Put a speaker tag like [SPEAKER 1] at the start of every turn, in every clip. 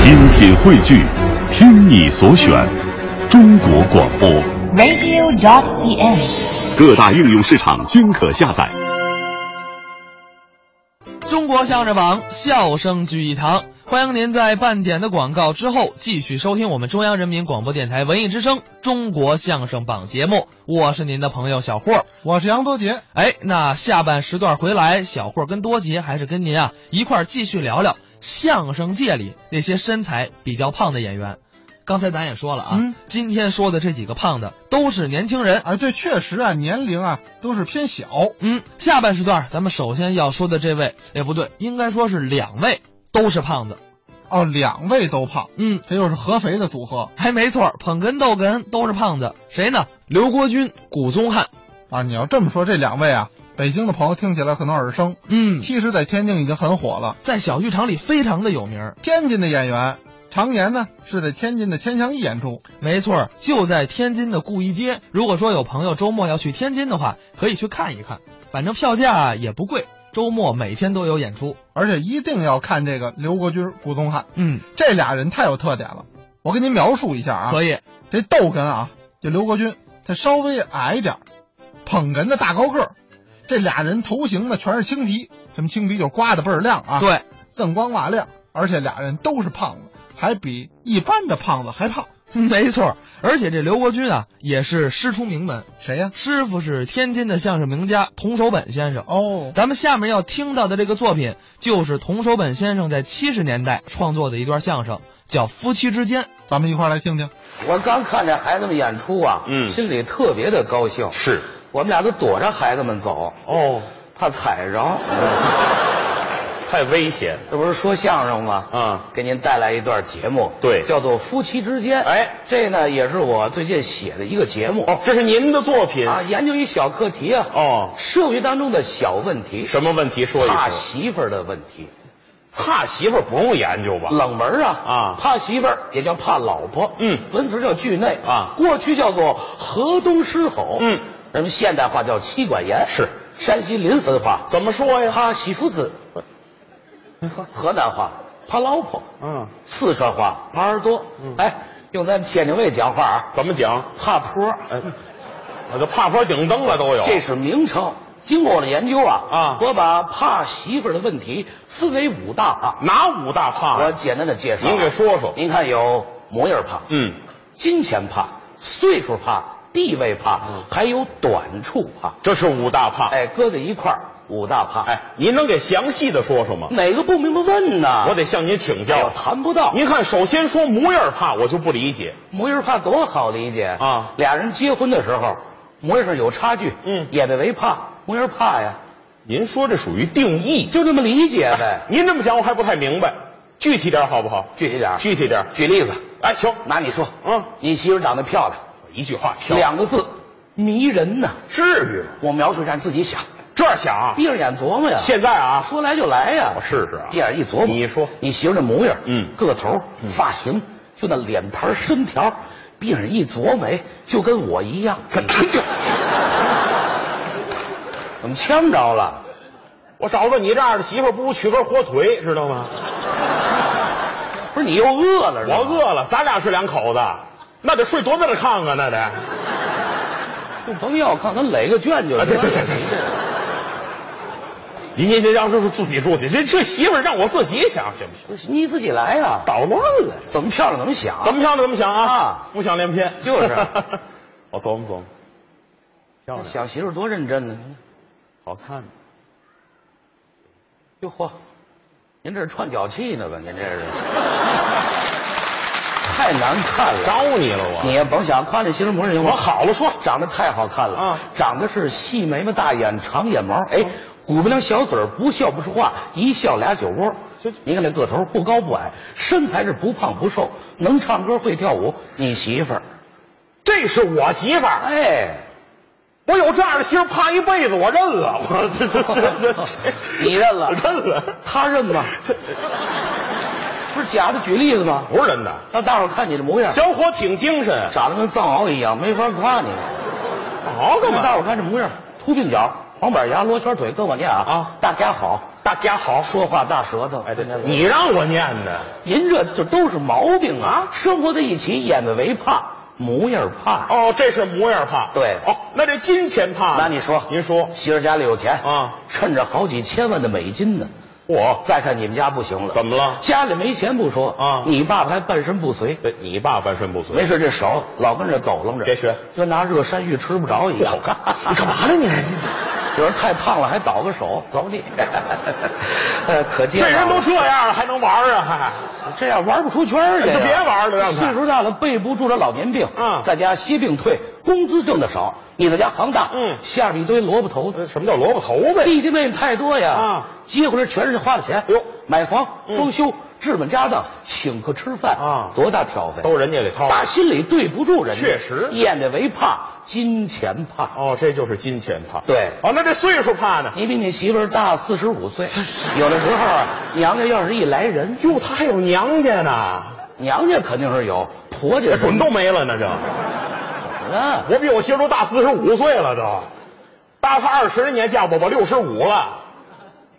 [SPEAKER 1] 精品汇聚，听你所选，中国广播。
[SPEAKER 2] radio.cn。
[SPEAKER 1] 各大应用市场均可下载。
[SPEAKER 3] 中国相声榜，笑声聚一堂。欢迎您在半点的广告之后继续收听我们中央人民广播电台文艺之声《中国相声榜》节目，我是您的朋友小霍。
[SPEAKER 4] 我是杨多杰。
[SPEAKER 3] 哎，那下半时段回来，小霍跟多杰还是跟您啊一块儿继续聊聊相声界里那些身材比较胖的演员。刚才咱也说了啊，
[SPEAKER 4] 嗯
[SPEAKER 3] 今天说的这几个胖的都是年轻人。
[SPEAKER 4] 啊，对，确实啊，年龄啊都是偏小。
[SPEAKER 3] 嗯，下半时段咱们首先要说的这位，哎不对，应该说是两位都是胖子。
[SPEAKER 4] 哦，两位都胖，
[SPEAKER 3] 嗯，
[SPEAKER 4] 这又是合肥的组合
[SPEAKER 3] 还没错，捧哏逗哏都是胖子，谁呢？刘国军、古宗汉。
[SPEAKER 4] 啊。你要这么说，这两位啊，北京的朋友听起来可能耳生，
[SPEAKER 3] 嗯，
[SPEAKER 4] 其实在天津已经很火了。
[SPEAKER 3] 在小剧场里非常的有名。
[SPEAKER 4] 天津的演员常年呢是在天津的千祥艺演出。
[SPEAKER 3] 没错，就在天津的顾一街。如果说有朋友周末要去天津的话，可以去看一看，反正票价也不贵，周末每天都有演出。
[SPEAKER 4] 而且一定要看这个刘国军、顾宗汉
[SPEAKER 3] 嗯，
[SPEAKER 4] 这俩人太有特点了。我跟您描述一下啊，
[SPEAKER 3] 可以。
[SPEAKER 4] 这逗哏啊，这刘国军他稍微矮点儿，捧哏的大高个儿，这俩人头型呢全是青皮，什么青皮就是刮的倍儿亮啊，，
[SPEAKER 3] 对，
[SPEAKER 4] 锃光瓦亮，而且俩人都是胖子，还比一般的胖子还胖。
[SPEAKER 3] 没错。而且这刘国军啊，也是师出名门，
[SPEAKER 4] 谁呀、
[SPEAKER 3] 师傅是天津的相声名家童守本先生。
[SPEAKER 4] 哦，
[SPEAKER 3] 咱们下面要听到的这个作品，就是童守本先生在七十年代创作的一段相声，叫《夫妻之间》。
[SPEAKER 4] 咱们一块儿来听听。
[SPEAKER 5] 我刚看见孩子们演出啊，
[SPEAKER 1] 嗯
[SPEAKER 5] 心里特别的高兴。
[SPEAKER 1] 是
[SPEAKER 5] 我们俩都躲着孩子们走，
[SPEAKER 1] 哦，
[SPEAKER 5] 怕踩着。
[SPEAKER 1] 太危险。
[SPEAKER 5] 这不是说相声吗？
[SPEAKER 1] 嗯
[SPEAKER 5] 给您带来一段节目，
[SPEAKER 1] 对
[SPEAKER 5] 叫做《夫妻之间》。
[SPEAKER 1] 哎，
[SPEAKER 5] 这呢也是我最近写的一个节目、
[SPEAKER 1] 哦，这是您的作品
[SPEAKER 5] 啊，研究一小课题啊，
[SPEAKER 1] 哦，
[SPEAKER 5] 社会当中的小问题，
[SPEAKER 1] 什么问题说一
[SPEAKER 5] 怕
[SPEAKER 1] 说？
[SPEAKER 5] 媳妇儿的问题，
[SPEAKER 1] 怕媳妇儿不用研究吧？
[SPEAKER 5] 冷门啊
[SPEAKER 1] 啊
[SPEAKER 5] 怕媳妇儿也叫怕老婆，
[SPEAKER 1] 嗯
[SPEAKER 5] 文词叫惧内
[SPEAKER 1] 啊
[SPEAKER 5] 过去叫做河东狮吼，
[SPEAKER 1] 嗯，
[SPEAKER 5] 咱们现代化叫妻管严，
[SPEAKER 1] 是
[SPEAKER 5] 山西临汾话，
[SPEAKER 1] 怎么说呀？
[SPEAKER 5] 怕媳妇子，河南话怕老婆，
[SPEAKER 1] 嗯，
[SPEAKER 5] 四川话怕耳朵，
[SPEAKER 1] 嗯
[SPEAKER 5] 哎，用咱天津卫讲话啊，
[SPEAKER 1] 怎么讲？
[SPEAKER 5] 怕坡，
[SPEAKER 1] 哎，我这怕坡顶灯了都有。
[SPEAKER 5] 这是名称。经过我的研究啊，
[SPEAKER 1] 啊
[SPEAKER 5] 我把怕媳妇儿的问题分为五大啊怕，
[SPEAKER 1] 哪五大怕
[SPEAKER 5] 我
[SPEAKER 1] 呀？
[SPEAKER 5] 简单的介绍，啊
[SPEAKER 1] 啊您给说说
[SPEAKER 5] 您看有模样怕，
[SPEAKER 1] 嗯，
[SPEAKER 5] 金钱怕，岁数怕，地位怕，
[SPEAKER 1] 嗯
[SPEAKER 5] 还有短处怕。
[SPEAKER 1] 这是五大怕。
[SPEAKER 5] 哎，搁在一块儿，五大怕。，
[SPEAKER 1] 哎，您能给详细的说说吗？
[SPEAKER 5] 哪个不明白问呐？
[SPEAKER 1] 我得向您
[SPEAKER 5] 嗯
[SPEAKER 1] 请
[SPEAKER 5] 哎呦
[SPEAKER 1] 教。啊
[SPEAKER 5] 谈不到。
[SPEAKER 1] 您看，首先说模样怕，我就不理解。
[SPEAKER 5] 模样怕多好理解
[SPEAKER 1] 啊
[SPEAKER 5] 俩人结婚的时候，模样上有差距，
[SPEAKER 1] 嗯
[SPEAKER 5] 也得为怕，模样怕呀，
[SPEAKER 1] 您说这属于定义，
[SPEAKER 5] 就这么理解 呗。
[SPEAKER 1] 您这么讲我还不太明白，具体点好不好？
[SPEAKER 5] 具体点儿，
[SPEAKER 1] 具体点儿。
[SPEAKER 5] 举例子，
[SPEAKER 1] 哎，行，
[SPEAKER 5] 拿你说，
[SPEAKER 1] 嗯
[SPEAKER 5] 你媳妇儿长得漂亮，
[SPEAKER 1] 一句话漂亮，
[SPEAKER 5] 两个字，迷人呐。
[SPEAKER 1] 至于吗？
[SPEAKER 5] 我描述一下，你自己想，
[SPEAKER 1] 这样想啊
[SPEAKER 5] 闭，着眼琢磨呀。
[SPEAKER 1] 现在啊，
[SPEAKER 5] 说来就来呀，
[SPEAKER 1] 我试试啊
[SPEAKER 5] 闭眼一琢磨，
[SPEAKER 1] 你说
[SPEAKER 5] 你媳妇儿那模样，
[SPEAKER 1] 嗯
[SPEAKER 5] 个头、发型，就那脸盘、身条，闭眼一琢磨，哎就跟我一样。 怎么呛着了？
[SPEAKER 1] 我找着你这样的媳妇儿，不如娶根火腿，知道吗？
[SPEAKER 5] 不是你又饿了是
[SPEAKER 1] 我
[SPEAKER 5] 吧？
[SPEAKER 1] 饿了，咱俩是两口子，那得睡多大的炕啊？那得，啊，
[SPEAKER 5] 用朋友看咱垒个圈就
[SPEAKER 1] 这
[SPEAKER 5] 行。
[SPEAKER 1] 这这这这。您您您要是自己住去，这这媳妇儿让我自己想行不行？
[SPEAKER 5] 不是你自己来呀，
[SPEAKER 1] 捣乱了。
[SPEAKER 5] 怎么漂亮怎么想，
[SPEAKER 1] 怎么漂亮怎么想啊
[SPEAKER 5] 啊，
[SPEAKER 1] 浮想联翩，
[SPEAKER 5] 就是
[SPEAKER 1] 我琢磨琢磨，漂亮，
[SPEAKER 5] 小媳妇儿多认真呢。
[SPEAKER 1] 好看，
[SPEAKER 5] 哟嚯，您这是串脚气呢吧？您这 是太难看了。
[SPEAKER 1] 招你了我。
[SPEAKER 5] 你也甭想夸那媳妇模样行吗？
[SPEAKER 1] 我好了说
[SPEAKER 5] 长得太好看了
[SPEAKER 1] 啊嗯
[SPEAKER 5] 长得是细眉毛、大眼、长眼毛，哎，鼓不亮小嘴儿，不笑不说话，一笑俩酒窝
[SPEAKER 1] 这。
[SPEAKER 5] 你看那个头不高不矮，身材是不胖不瘦，能唱歌会跳舞。你媳妇儿，
[SPEAKER 1] 这是我媳妇儿，
[SPEAKER 5] 哎，
[SPEAKER 1] 我有这样的媳妇儿怕一辈子，我认了，我这这 这这，
[SPEAKER 5] 你认了，
[SPEAKER 1] 认了，
[SPEAKER 5] 他认 吗？不是假的，举例子吗？
[SPEAKER 1] 不是真的，
[SPEAKER 5] 让大伙儿看你的模样，
[SPEAKER 1] 小伙挺精神，
[SPEAKER 5] 长得跟藏獒一样，没法夸你。
[SPEAKER 1] 好干
[SPEAKER 5] 让大
[SPEAKER 1] 嘛？
[SPEAKER 5] 伙儿看这模样，秃鬓角，黄板牙，罗圈腿，哥管念啊
[SPEAKER 1] 啊
[SPEAKER 5] 大家好，
[SPEAKER 1] 大家好，
[SPEAKER 5] 说话大舌头。
[SPEAKER 1] 哎，对
[SPEAKER 5] 看见，没
[SPEAKER 1] 你让我念的，
[SPEAKER 5] 您这就都是毛病啊，生活在一起，眼子为怕，模样怕。
[SPEAKER 1] 哦，这是模样怕，
[SPEAKER 5] 对
[SPEAKER 1] 哦，那这金钱怕呢，
[SPEAKER 5] 那你说，
[SPEAKER 1] 您说，
[SPEAKER 5] 媳妇家里有钱
[SPEAKER 1] 啊，
[SPEAKER 5] 趁着好几千万的美金呢。
[SPEAKER 1] 我
[SPEAKER 5] 再看你们家不行了，
[SPEAKER 1] 怎么了？
[SPEAKER 5] 家里没钱不说
[SPEAKER 1] 啊
[SPEAKER 5] 你爸爸还半身不遂，
[SPEAKER 1] 对你爸半身不遂，
[SPEAKER 5] 没事这手老跟着抖楞着，
[SPEAKER 1] 别学，
[SPEAKER 5] 就拿热山芋吃不着一样。
[SPEAKER 1] 你干嘛呢你？
[SPEAKER 5] 有人太烫了还倒个手，倒地。 呃，可见
[SPEAKER 1] 这人都
[SPEAKER 5] 是
[SPEAKER 1] 这样了还能玩啊？还
[SPEAKER 5] 这样玩不出圈儿去呀，
[SPEAKER 1] 就别玩了让他
[SPEAKER 5] 岁数大了背不住这老年病，
[SPEAKER 1] 嗯
[SPEAKER 5] 在家歇病退，工资挣的少，你在家行当，
[SPEAKER 1] 嗯呃
[SPEAKER 5] 下边一堆萝卜头子，
[SPEAKER 1] 什么叫萝卜头子？
[SPEAKER 5] 弟弟妹妹太多呀，
[SPEAKER 1] 啊，
[SPEAKER 5] 接过来全是花的钱，
[SPEAKER 1] 哟
[SPEAKER 5] 买房、
[SPEAKER 1] 嗯
[SPEAKER 5] 装修、置办家当、请客吃饭
[SPEAKER 1] 啊
[SPEAKER 5] 多大挑费，
[SPEAKER 1] 都人家给掏
[SPEAKER 5] 打心里对不住人家，
[SPEAKER 1] 哦确实
[SPEAKER 5] 眼的为怕，金钱怕。
[SPEAKER 1] 哦，这就是金钱怕。
[SPEAKER 5] 对
[SPEAKER 1] 哦，那这岁数怕呢？
[SPEAKER 5] 你比你媳妇儿大四十五岁，有的时候啊，娘家要是一来人，
[SPEAKER 1] 哟，他还有娘家呢，
[SPEAKER 5] 娘家肯定是有，婆家
[SPEAKER 1] 这准都没了呢。这
[SPEAKER 5] 啊，
[SPEAKER 1] 我比我媳妇都大四十五岁了，都大她二十年嫁我吧，六十五了。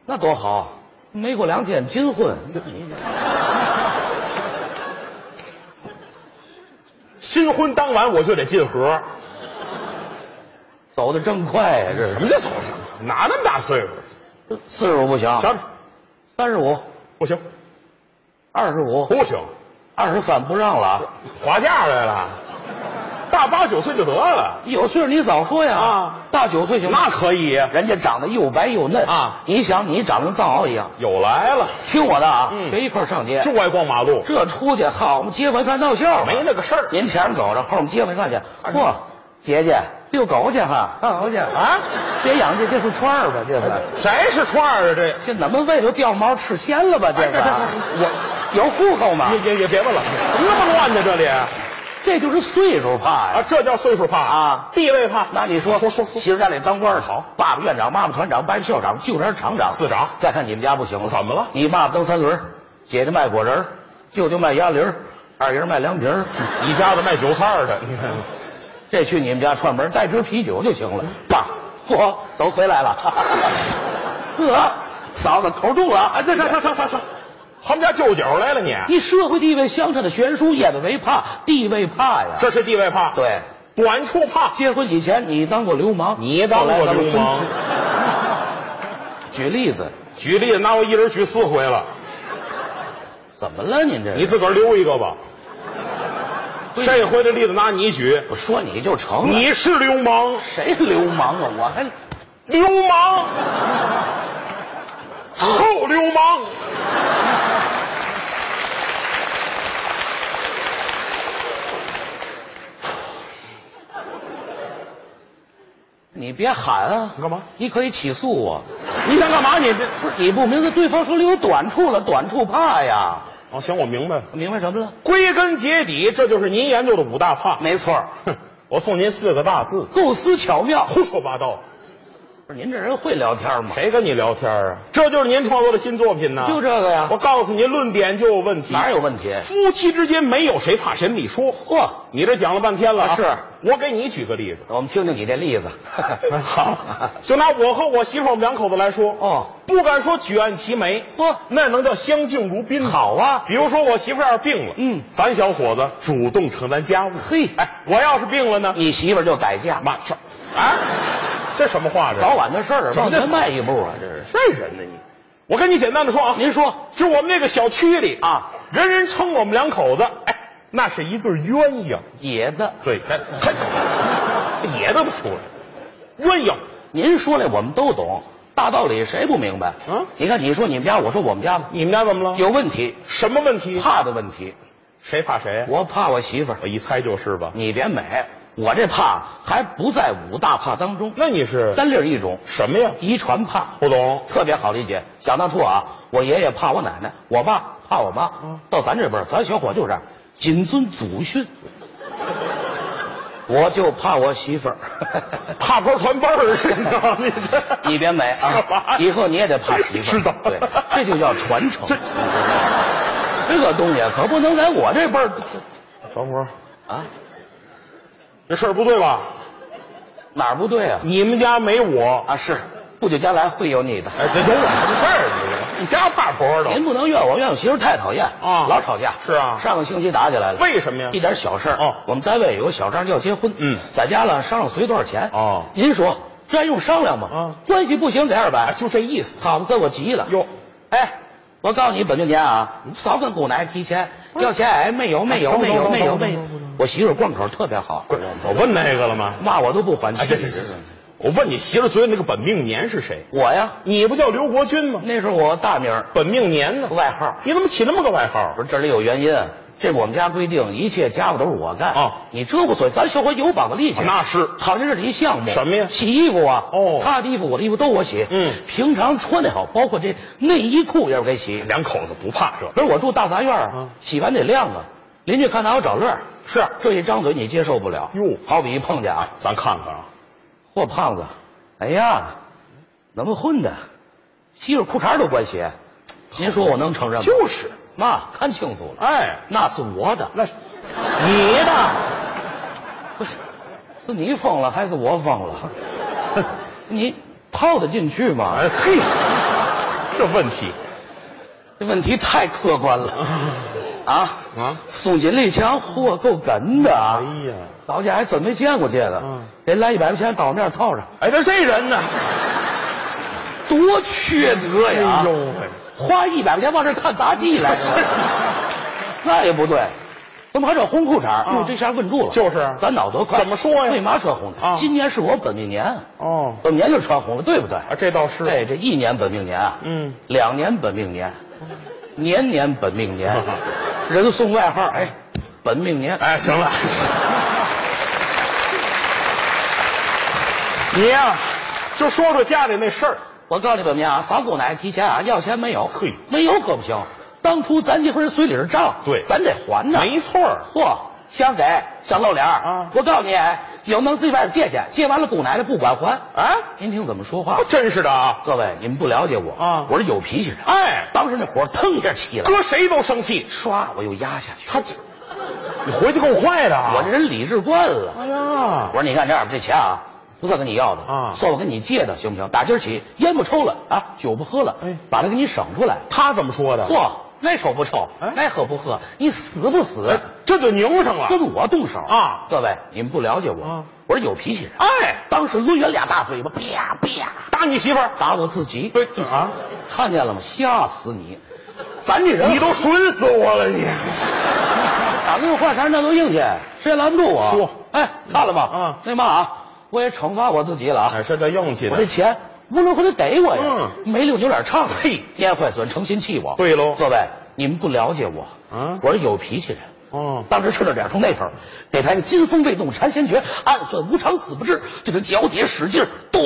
[SPEAKER 5] 那多好，没过两天金婚，
[SPEAKER 1] 新婚当晚我就得进盒，
[SPEAKER 5] 走的正快呀、这是
[SPEAKER 1] 什么叫走上？哪那么大岁数？
[SPEAKER 5] 四十五不行，
[SPEAKER 1] 想
[SPEAKER 5] 三十五、
[SPEAKER 1] 不行，
[SPEAKER 5] 二十五、
[SPEAKER 1] 不行，
[SPEAKER 5] 二十三不让了啊。
[SPEAKER 1] 划价来了，大八九岁就得了，
[SPEAKER 5] 有岁数你早说呀！
[SPEAKER 1] 啊，
[SPEAKER 5] 大九岁行吗
[SPEAKER 1] 那可以，
[SPEAKER 5] 人家长得又白又嫩
[SPEAKER 1] 啊
[SPEAKER 5] 你想你长得跟藏獒一样，
[SPEAKER 1] 有来了，
[SPEAKER 5] 听我的啊，
[SPEAKER 1] 嗯
[SPEAKER 5] 别一块儿上街。
[SPEAKER 1] 就爱逛马路，
[SPEAKER 5] 这出去好嘛，街坊一看闹笑话
[SPEAKER 1] 没那个事儿
[SPEAKER 5] 您前面走着，后面街坊一看去，嚯，姐姐遛狗去哈，看狗去哎啊！别养这这是串儿吧，这是。
[SPEAKER 1] 谁是串儿啊？这
[SPEAKER 5] 这怎么喂都掉毛吃鲜了吧？这
[SPEAKER 1] 哎
[SPEAKER 5] 是
[SPEAKER 1] 这这
[SPEAKER 5] 我有户口吗？
[SPEAKER 1] 也也也别问了，怎么那么乱呢？这里啊，
[SPEAKER 5] 这就是岁数怕呀！
[SPEAKER 1] 这叫岁数怕
[SPEAKER 5] 啊
[SPEAKER 1] 地位怕。
[SPEAKER 5] 那你说
[SPEAKER 1] 说说说
[SPEAKER 5] 媳妇家里当官的好，爸爸院长，妈妈团长，班校长，舅长厂长，
[SPEAKER 1] 四长
[SPEAKER 5] 再看你们家不行了，
[SPEAKER 1] 怎么了
[SPEAKER 5] 你爸爸蹬三轮儿，姐姐卖果仁儿，舅舅卖鸭梨儿，二爷卖凉皮儿。
[SPEAKER 1] 一家子卖韭菜儿的，你看
[SPEAKER 5] 这去你们家串门，带瓶啤酒就行了。
[SPEAKER 1] 嗯
[SPEAKER 5] 爸，嚯，都回来了。 呵，嫂子口重了嗯
[SPEAKER 1] 哎
[SPEAKER 5] 啊！这这这这这这，
[SPEAKER 1] 他们家舅舅来了你，
[SPEAKER 5] 你社会地位相差的悬殊，眼子为怕，地位怕呀。
[SPEAKER 1] 这是地位怕，，
[SPEAKER 5] 对，
[SPEAKER 1] 短处怕，
[SPEAKER 5] 结婚以前你当过流氓，
[SPEAKER 1] 你当过
[SPEAKER 5] 后来咱们
[SPEAKER 1] 流氓
[SPEAKER 5] 分支。举例子，
[SPEAKER 1] 举例子，拿我一人举四回了，
[SPEAKER 5] 怎么了？您这
[SPEAKER 1] 你自个儿溜一个吧。这回的例子拿你举，
[SPEAKER 5] 我说你就成了
[SPEAKER 1] 你是流氓，
[SPEAKER 5] 谁流氓啊？我还
[SPEAKER 1] 流氓，
[SPEAKER 5] 啊
[SPEAKER 1] 臭流氓。
[SPEAKER 5] 你别喊啊！
[SPEAKER 1] 你干嘛
[SPEAKER 5] 你可以起诉我。你想干嘛？你这不是你不明白，对方手里有短处了，短处怕呀。
[SPEAKER 1] 哦，行，我明白了。
[SPEAKER 5] 明白什么了？
[SPEAKER 1] 归根结底，这就是您研究的五大怕。
[SPEAKER 5] 没错儿，
[SPEAKER 1] 哼，我送您四个大字：
[SPEAKER 5] 构思巧妙。
[SPEAKER 1] 胡说八道。
[SPEAKER 5] 不是您这人会聊天吗？
[SPEAKER 1] 谁跟你聊天啊？这就是您创作的新作品呢。
[SPEAKER 5] 就这个呀
[SPEAKER 1] 我告诉您，论点就有问题。
[SPEAKER 5] 哪有问题？
[SPEAKER 1] 夫妻之间没有谁怕谁你说。
[SPEAKER 5] 嚯，
[SPEAKER 1] 你这讲了半天了、
[SPEAKER 5] 啊是，
[SPEAKER 1] 我给你举个例子。。
[SPEAKER 5] 我们听听你这例子
[SPEAKER 1] 就拿我和我媳妇儿我们两口子来说，
[SPEAKER 5] 哎哦，
[SPEAKER 1] 不敢说举案齐眉，
[SPEAKER 5] 嚯
[SPEAKER 1] 那能叫相敬如宾。
[SPEAKER 5] 好啊
[SPEAKER 1] 比如说我媳妇儿要是病了，
[SPEAKER 5] 嗯
[SPEAKER 1] 咱小伙子主动承担家务。
[SPEAKER 5] 嘿
[SPEAKER 1] 哎，我要是病了呢，
[SPEAKER 5] 你媳妇儿就改嫁，
[SPEAKER 1] 妈这啊，这什么话这？
[SPEAKER 5] 早晚的事儿，
[SPEAKER 1] 什么
[SPEAKER 5] 往
[SPEAKER 1] 叫
[SPEAKER 5] 前迈一步啊！这是
[SPEAKER 1] 这人呢你？我跟你简单的说啊，
[SPEAKER 5] 您说
[SPEAKER 1] 就我们那个小区里
[SPEAKER 5] 啊，
[SPEAKER 1] 人人称我们两口子，哎，那是一对鸳鸯。
[SPEAKER 5] 野的，
[SPEAKER 1] 对，他他野的都出来，鸳鸯。
[SPEAKER 5] 您说来我们都懂，大道理谁不明白？
[SPEAKER 1] 嗯
[SPEAKER 5] 你看你说你们家，我说我们家吧，
[SPEAKER 1] 你们家怎么了？
[SPEAKER 5] 有问题，
[SPEAKER 1] 什么问题？
[SPEAKER 5] 怕的问题，
[SPEAKER 1] 谁怕谁？啊
[SPEAKER 5] 我怕我媳妇儿
[SPEAKER 1] 我，一猜就是吧。
[SPEAKER 5] 你别美，我这怕还不在五大怕当中，
[SPEAKER 1] 那你是
[SPEAKER 5] 单粒儿一种，
[SPEAKER 1] 什么呀？
[SPEAKER 5] 遗传怕。
[SPEAKER 1] 不懂。
[SPEAKER 5] 特别好理解。想当初啊，我爷爷怕我奶奶，我爸怕我妈。
[SPEAKER 1] 嗯
[SPEAKER 5] 到咱这边儿，咱小伙就这样，谨遵祖训。我就怕我媳 妇儿，
[SPEAKER 1] 怕婆传辈儿， 你这
[SPEAKER 5] 你别美
[SPEAKER 1] 干嘛
[SPEAKER 5] 啊！以后你也得怕媳妇儿。
[SPEAKER 1] 知道
[SPEAKER 5] 对，这就叫传 承。
[SPEAKER 1] 这
[SPEAKER 5] 这个东西可不能在我这辈儿
[SPEAKER 1] 等会儿，
[SPEAKER 5] 啊，
[SPEAKER 1] 这事儿不对吧？
[SPEAKER 5] 哪儿不对啊？啊
[SPEAKER 1] 你们家没我，
[SPEAKER 5] 啊，是不久将来会有你的。
[SPEAKER 1] 哎，这有我什么事儿？你家大婆婆
[SPEAKER 5] 您
[SPEAKER 1] 都
[SPEAKER 5] 不能怨我，怨我媳妇儿太讨厌
[SPEAKER 1] 啊
[SPEAKER 5] 老吵架。
[SPEAKER 1] 是啊
[SPEAKER 5] 上个星期打起来了。
[SPEAKER 1] 为什么呀
[SPEAKER 5] 一点小事儿
[SPEAKER 1] 哦
[SPEAKER 5] 我们单位有个小张要结婚，
[SPEAKER 1] 嗯
[SPEAKER 5] 在家了商量随多少钱。
[SPEAKER 1] 哦
[SPEAKER 5] 您说这还用商量吗？
[SPEAKER 1] 啊
[SPEAKER 5] 关系不行给二百，
[SPEAKER 1] 就这意思。
[SPEAKER 5] 好嘛，跟我急了。
[SPEAKER 1] 哟，
[SPEAKER 5] 哎，我告诉你，本命年啊，你少跟姑奶奶提钱，要钱哎，没有没有
[SPEAKER 1] 等会
[SPEAKER 5] 没
[SPEAKER 1] 儿
[SPEAKER 5] 有
[SPEAKER 1] 等会
[SPEAKER 5] 没
[SPEAKER 1] 儿
[SPEAKER 5] 有
[SPEAKER 1] 等会儿
[SPEAKER 5] 没有
[SPEAKER 1] 等会儿。
[SPEAKER 5] 我媳妇儿贯口特别好，
[SPEAKER 1] 滚我问那个了吗？
[SPEAKER 5] 骂我都不还气。
[SPEAKER 1] 哎，这这这，这我问你媳妇儿嘴里那个本命年是谁？
[SPEAKER 5] 我呀，
[SPEAKER 1] 你不叫刘国军吗？
[SPEAKER 5] 那是我大名儿
[SPEAKER 1] 本命年呢？
[SPEAKER 5] 外号。
[SPEAKER 1] 你怎么起那么个外号
[SPEAKER 5] 我？说这里有原因，这我们家规定，一切家务都是我干。
[SPEAKER 1] 嗯哦
[SPEAKER 5] 你这无所谓，咱小伙有膀子力气。
[SPEAKER 1] 那是
[SPEAKER 5] 好像这是一项目。
[SPEAKER 1] 什么呀
[SPEAKER 5] 洗衣服啊。
[SPEAKER 1] 哦
[SPEAKER 5] 他的衣服、我的衣服都我洗。
[SPEAKER 1] 嗯
[SPEAKER 5] 平常穿的好，包括这内衣裤也是我给洗。
[SPEAKER 1] 两口子不怕这
[SPEAKER 5] 可是我住大杂院啊，
[SPEAKER 1] 嗯
[SPEAKER 5] 洗完得晾啊。邻居看到我找乐儿
[SPEAKER 1] 是
[SPEAKER 5] 这一张嘴你接受不了。
[SPEAKER 1] 哟
[SPEAKER 5] 好比一碰见啊，
[SPEAKER 1] 咱看看啊，
[SPEAKER 5] 嚯胖子，哎呀，怎么混的？媳妇裤衩都管鞋，您说我能承认吗？
[SPEAKER 1] 就是
[SPEAKER 5] 妈，看清楚了。
[SPEAKER 1] 哎，
[SPEAKER 5] 那是我的，
[SPEAKER 1] 那是
[SPEAKER 5] 你的，不是，是你疯了还是我疯 了？你套得进去吗？
[SPEAKER 1] 哎嘿，这问题
[SPEAKER 5] 这问题太客观了啊
[SPEAKER 1] 啊
[SPEAKER 5] 宋锦丽强，嚯，够哏的啊！
[SPEAKER 1] 哎呀
[SPEAKER 5] 早家还真没见过这个。
[SPEAKER 1] 嗯
[SPEAKER 5] 人来一百块钱，到我面套上，
[SPEAKER 1] 哎，那这人呢？
[SPEAKER 5] 多缺德呀！
[SPEAKER 1] 哎呦喂，
[SPEAKER 5] 花一百块钱往这儿看杂技来，是那也不对。怎么还穿红裤衩？哟、这下问住了。
[SPEAKER 1] 啊就是啊
[SPEAKER 5] 咱脑子快。
[SPEAKER 1] 怎么说呀
[SPEAKER 5] 为嘛穿红的？
[SPEAKER 1] 啊
[SPEAKER 5] 今年是我本命年，
[SPEAKER 1] 哦，
[SPEAKER 5] 本命年就穿红了，对不对？
[SPEAKER 1] 啊，这倒是，
[SPEAKER 5] 哎，这一年本命年啊，
[SPEAKER 1] 嗯，
[SPEAKER 5] 两年本命年，年年本命年，人送外号哎，本命年。
[SPEAKER 1] 嗯 哎，行了，你呀、就说说家里那事儿。
[SPEAKER 5] 我告诉你本命年啊，少给我奶奶提钱啊，要钱没有？
[SPEAKER 1] 嘿
[SPEAKER 5] 没有可不行。当初咱结婚随礼是账，
[SPEAKER 1] 对
[SPEAKER 5] 咱得还呢。
[SPEAKER 1] 没错儿，
[SPEAKER 5] 嚯，想给想露脸儿
[SPEAKER 1] 啊
[SPEAKER 5] 我告诉你，有能自己外边借去，借完了姑奶奶不管还
[SPEAKER 1] 啊
[SPEAKER 5] 您听怎么说话
[SPEAKER 1] 不？真是的啊！
[SPEAKER 5] 各位，你们不了解我
[SPEAKER 1] 啊
[SPEAKER 5] 我是有脾气的。
[SPEAKER 1] 哎，
[SPEAKER 5] 当时那火腾一下起来，
[SPEAKER 1] 搁谁都生气，
[SPEAKER 5] 唰我又压下去。
[SPEAKER 1] 他这你回去够坏的啊！
[SPEAKER 5] 我这人理智惯了。
[SPEAKER 1] 哎呀
[SPEAKER 5] 啊我，说你看这样，这钱啊，不算跟你要的
[SPEAKER 1] 啊
[SPEAKER 5] 算我跟你借的，行不行？打今儿起，烟不抽了啊，酒不喝了，
[SPEAKER 1] 哎
[SPEAKER 5] 把它给你省出来。
[SPEAKER 1] 他怎么说的？
[SPEAKER 5] 嚯，爱抽不抽
[SPEAKER 1] 啊哎，
[SPEAKER 5] 爱喝不喝，你死不死
[SPEAKER 1] 哎，这就拧上了。
[SPEAKER 5] 跟我动手
[SPEAKER 1] 啊
[SPEAKER 5] 各位，你们不了解我，
[SPEAKER 1] 啊
[SPEAKER 5] 我是有脾气人。
[SPEAKER 1] 哎，
[SPEAKER 5] 当时抡圆俩大嘴巴，啪啪
[SPEAKER 1] 打你媳妇儿，
[SPEAKER 5] 打我自己。
[SPEAKER 1] 对啊，
[SPEAKER 5] 看见了吗？吓死你！咱这人，
[SPEAKER 1] 你 都损死我了，你。
[SPEAKER 5] 打那个话茬，那都硬气，谁也拦不住我。
[SPEAKER 1] 说
[SPEAKER 5] 哎，看了吧？
[SPEAKER 1] 嗯
[SPEAKER 5] 那嘛啊，我也惩罚我自己了啊。
[SPEAKER 1] 哎，这叫硬气
[SPEAKER 5] 我这
[SPEAKER 1] 的。嗯
[SPEAKER 5] 钱无论如何得给我呀，没溜牛脸唱，嘿，蔫坏损，成心气我。
[SPEAKER 1] 对喽
[SPEAKER 5] 各位，你们不了解我，
[SPEAKER 1] 嗯
[SPEAKER 5] 我是有脾气人。
[SPEAKER 1] 哦，
[SPEAKER 5] 当时吃了点，从那头儿给他一金风未动禅先觉，暗算无常死不至，就这脚底下使劲儿跺，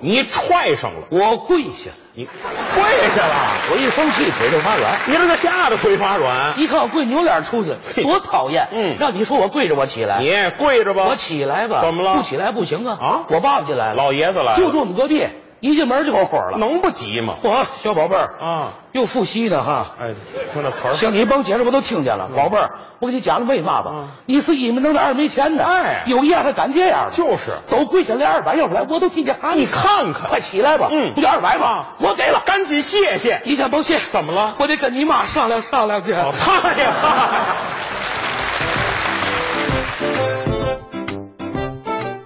[SPEAKER 1] 你踹上了，
[SPEAKER 5] 我跪下了，
[SPEAKER 1] 你跪下了，
[SPEAKER 5] 我一生气腿就发软。
[SPEAKER 1] 你这个吓得腿发软。
[SPEAKER 5] 一看我跪扭脸出去，
[SPEAKER 1] 嘿
[SPEAKER 5] 多讨厌！
[SPEAKER 1] 嗯
[SPEAKER 5] 让你说我跪着，我起来，
[SPEAKER 1] 你跪着吧，
[SPEAKER 5] 我起来吧，
[SPEAKER 1] 怎么了
[SPEAKER 5] 不起来不行啊！
[SPEAKER 1] 啊
[SPEAKER 5] 我爸爸进来了，
[SPEAKER 1] 老爷子来了
[SPEAKER 5] 就住我们隔壁，一进门就给我火了。
[SPEAKER 1] 能不急吗？
[SPEAKER 5] 嚯，小宝贝儿，
[SPEAKER 1] 啊，
[SPEAKER 5] 又复习呢哈！
[SPEAKER 1] 哎，听这 词儿，
[SPEAKER 5] 行，你甭解释，我都听见了。宝贝儿，我给你讲了为嘛吧
[SPEAKER 1] 嗯？
[SPEAKER 5] 你是一没能的，二没钱的。
[SPEAKER 1] 哎
[SPEAKER 5] 有一样他敢这样吗，
[SPEAKER 1] 就是
[SPEAKER 5] 都跪下来二百，要不然我都替你喊。
[SPEAKER 1] 你看看
[SPEAKER 5] 快起来吧！
[SPEAKER 1] 嗯
[SPEAKER 5] 不就二百吗
[SPEAKER 1] 啊？
[SPEAKER 5] 我给了，
[SPEAKER 1] 赶紧谢谢。
[SPEAKER 5] 一件不谢。
[SPEAKER 1] 怎么了？
[SPEAKER 5] 我得跟你妈商量商量去。
[SPEAKER 1] 哦，他呀，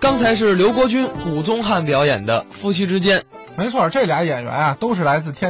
[SPEAKER 3] 刚才是刘国军、古宗汉表演的《夫妻之间》。
[SPEAKER 4] 没错，这俩演员啊，都是来自天。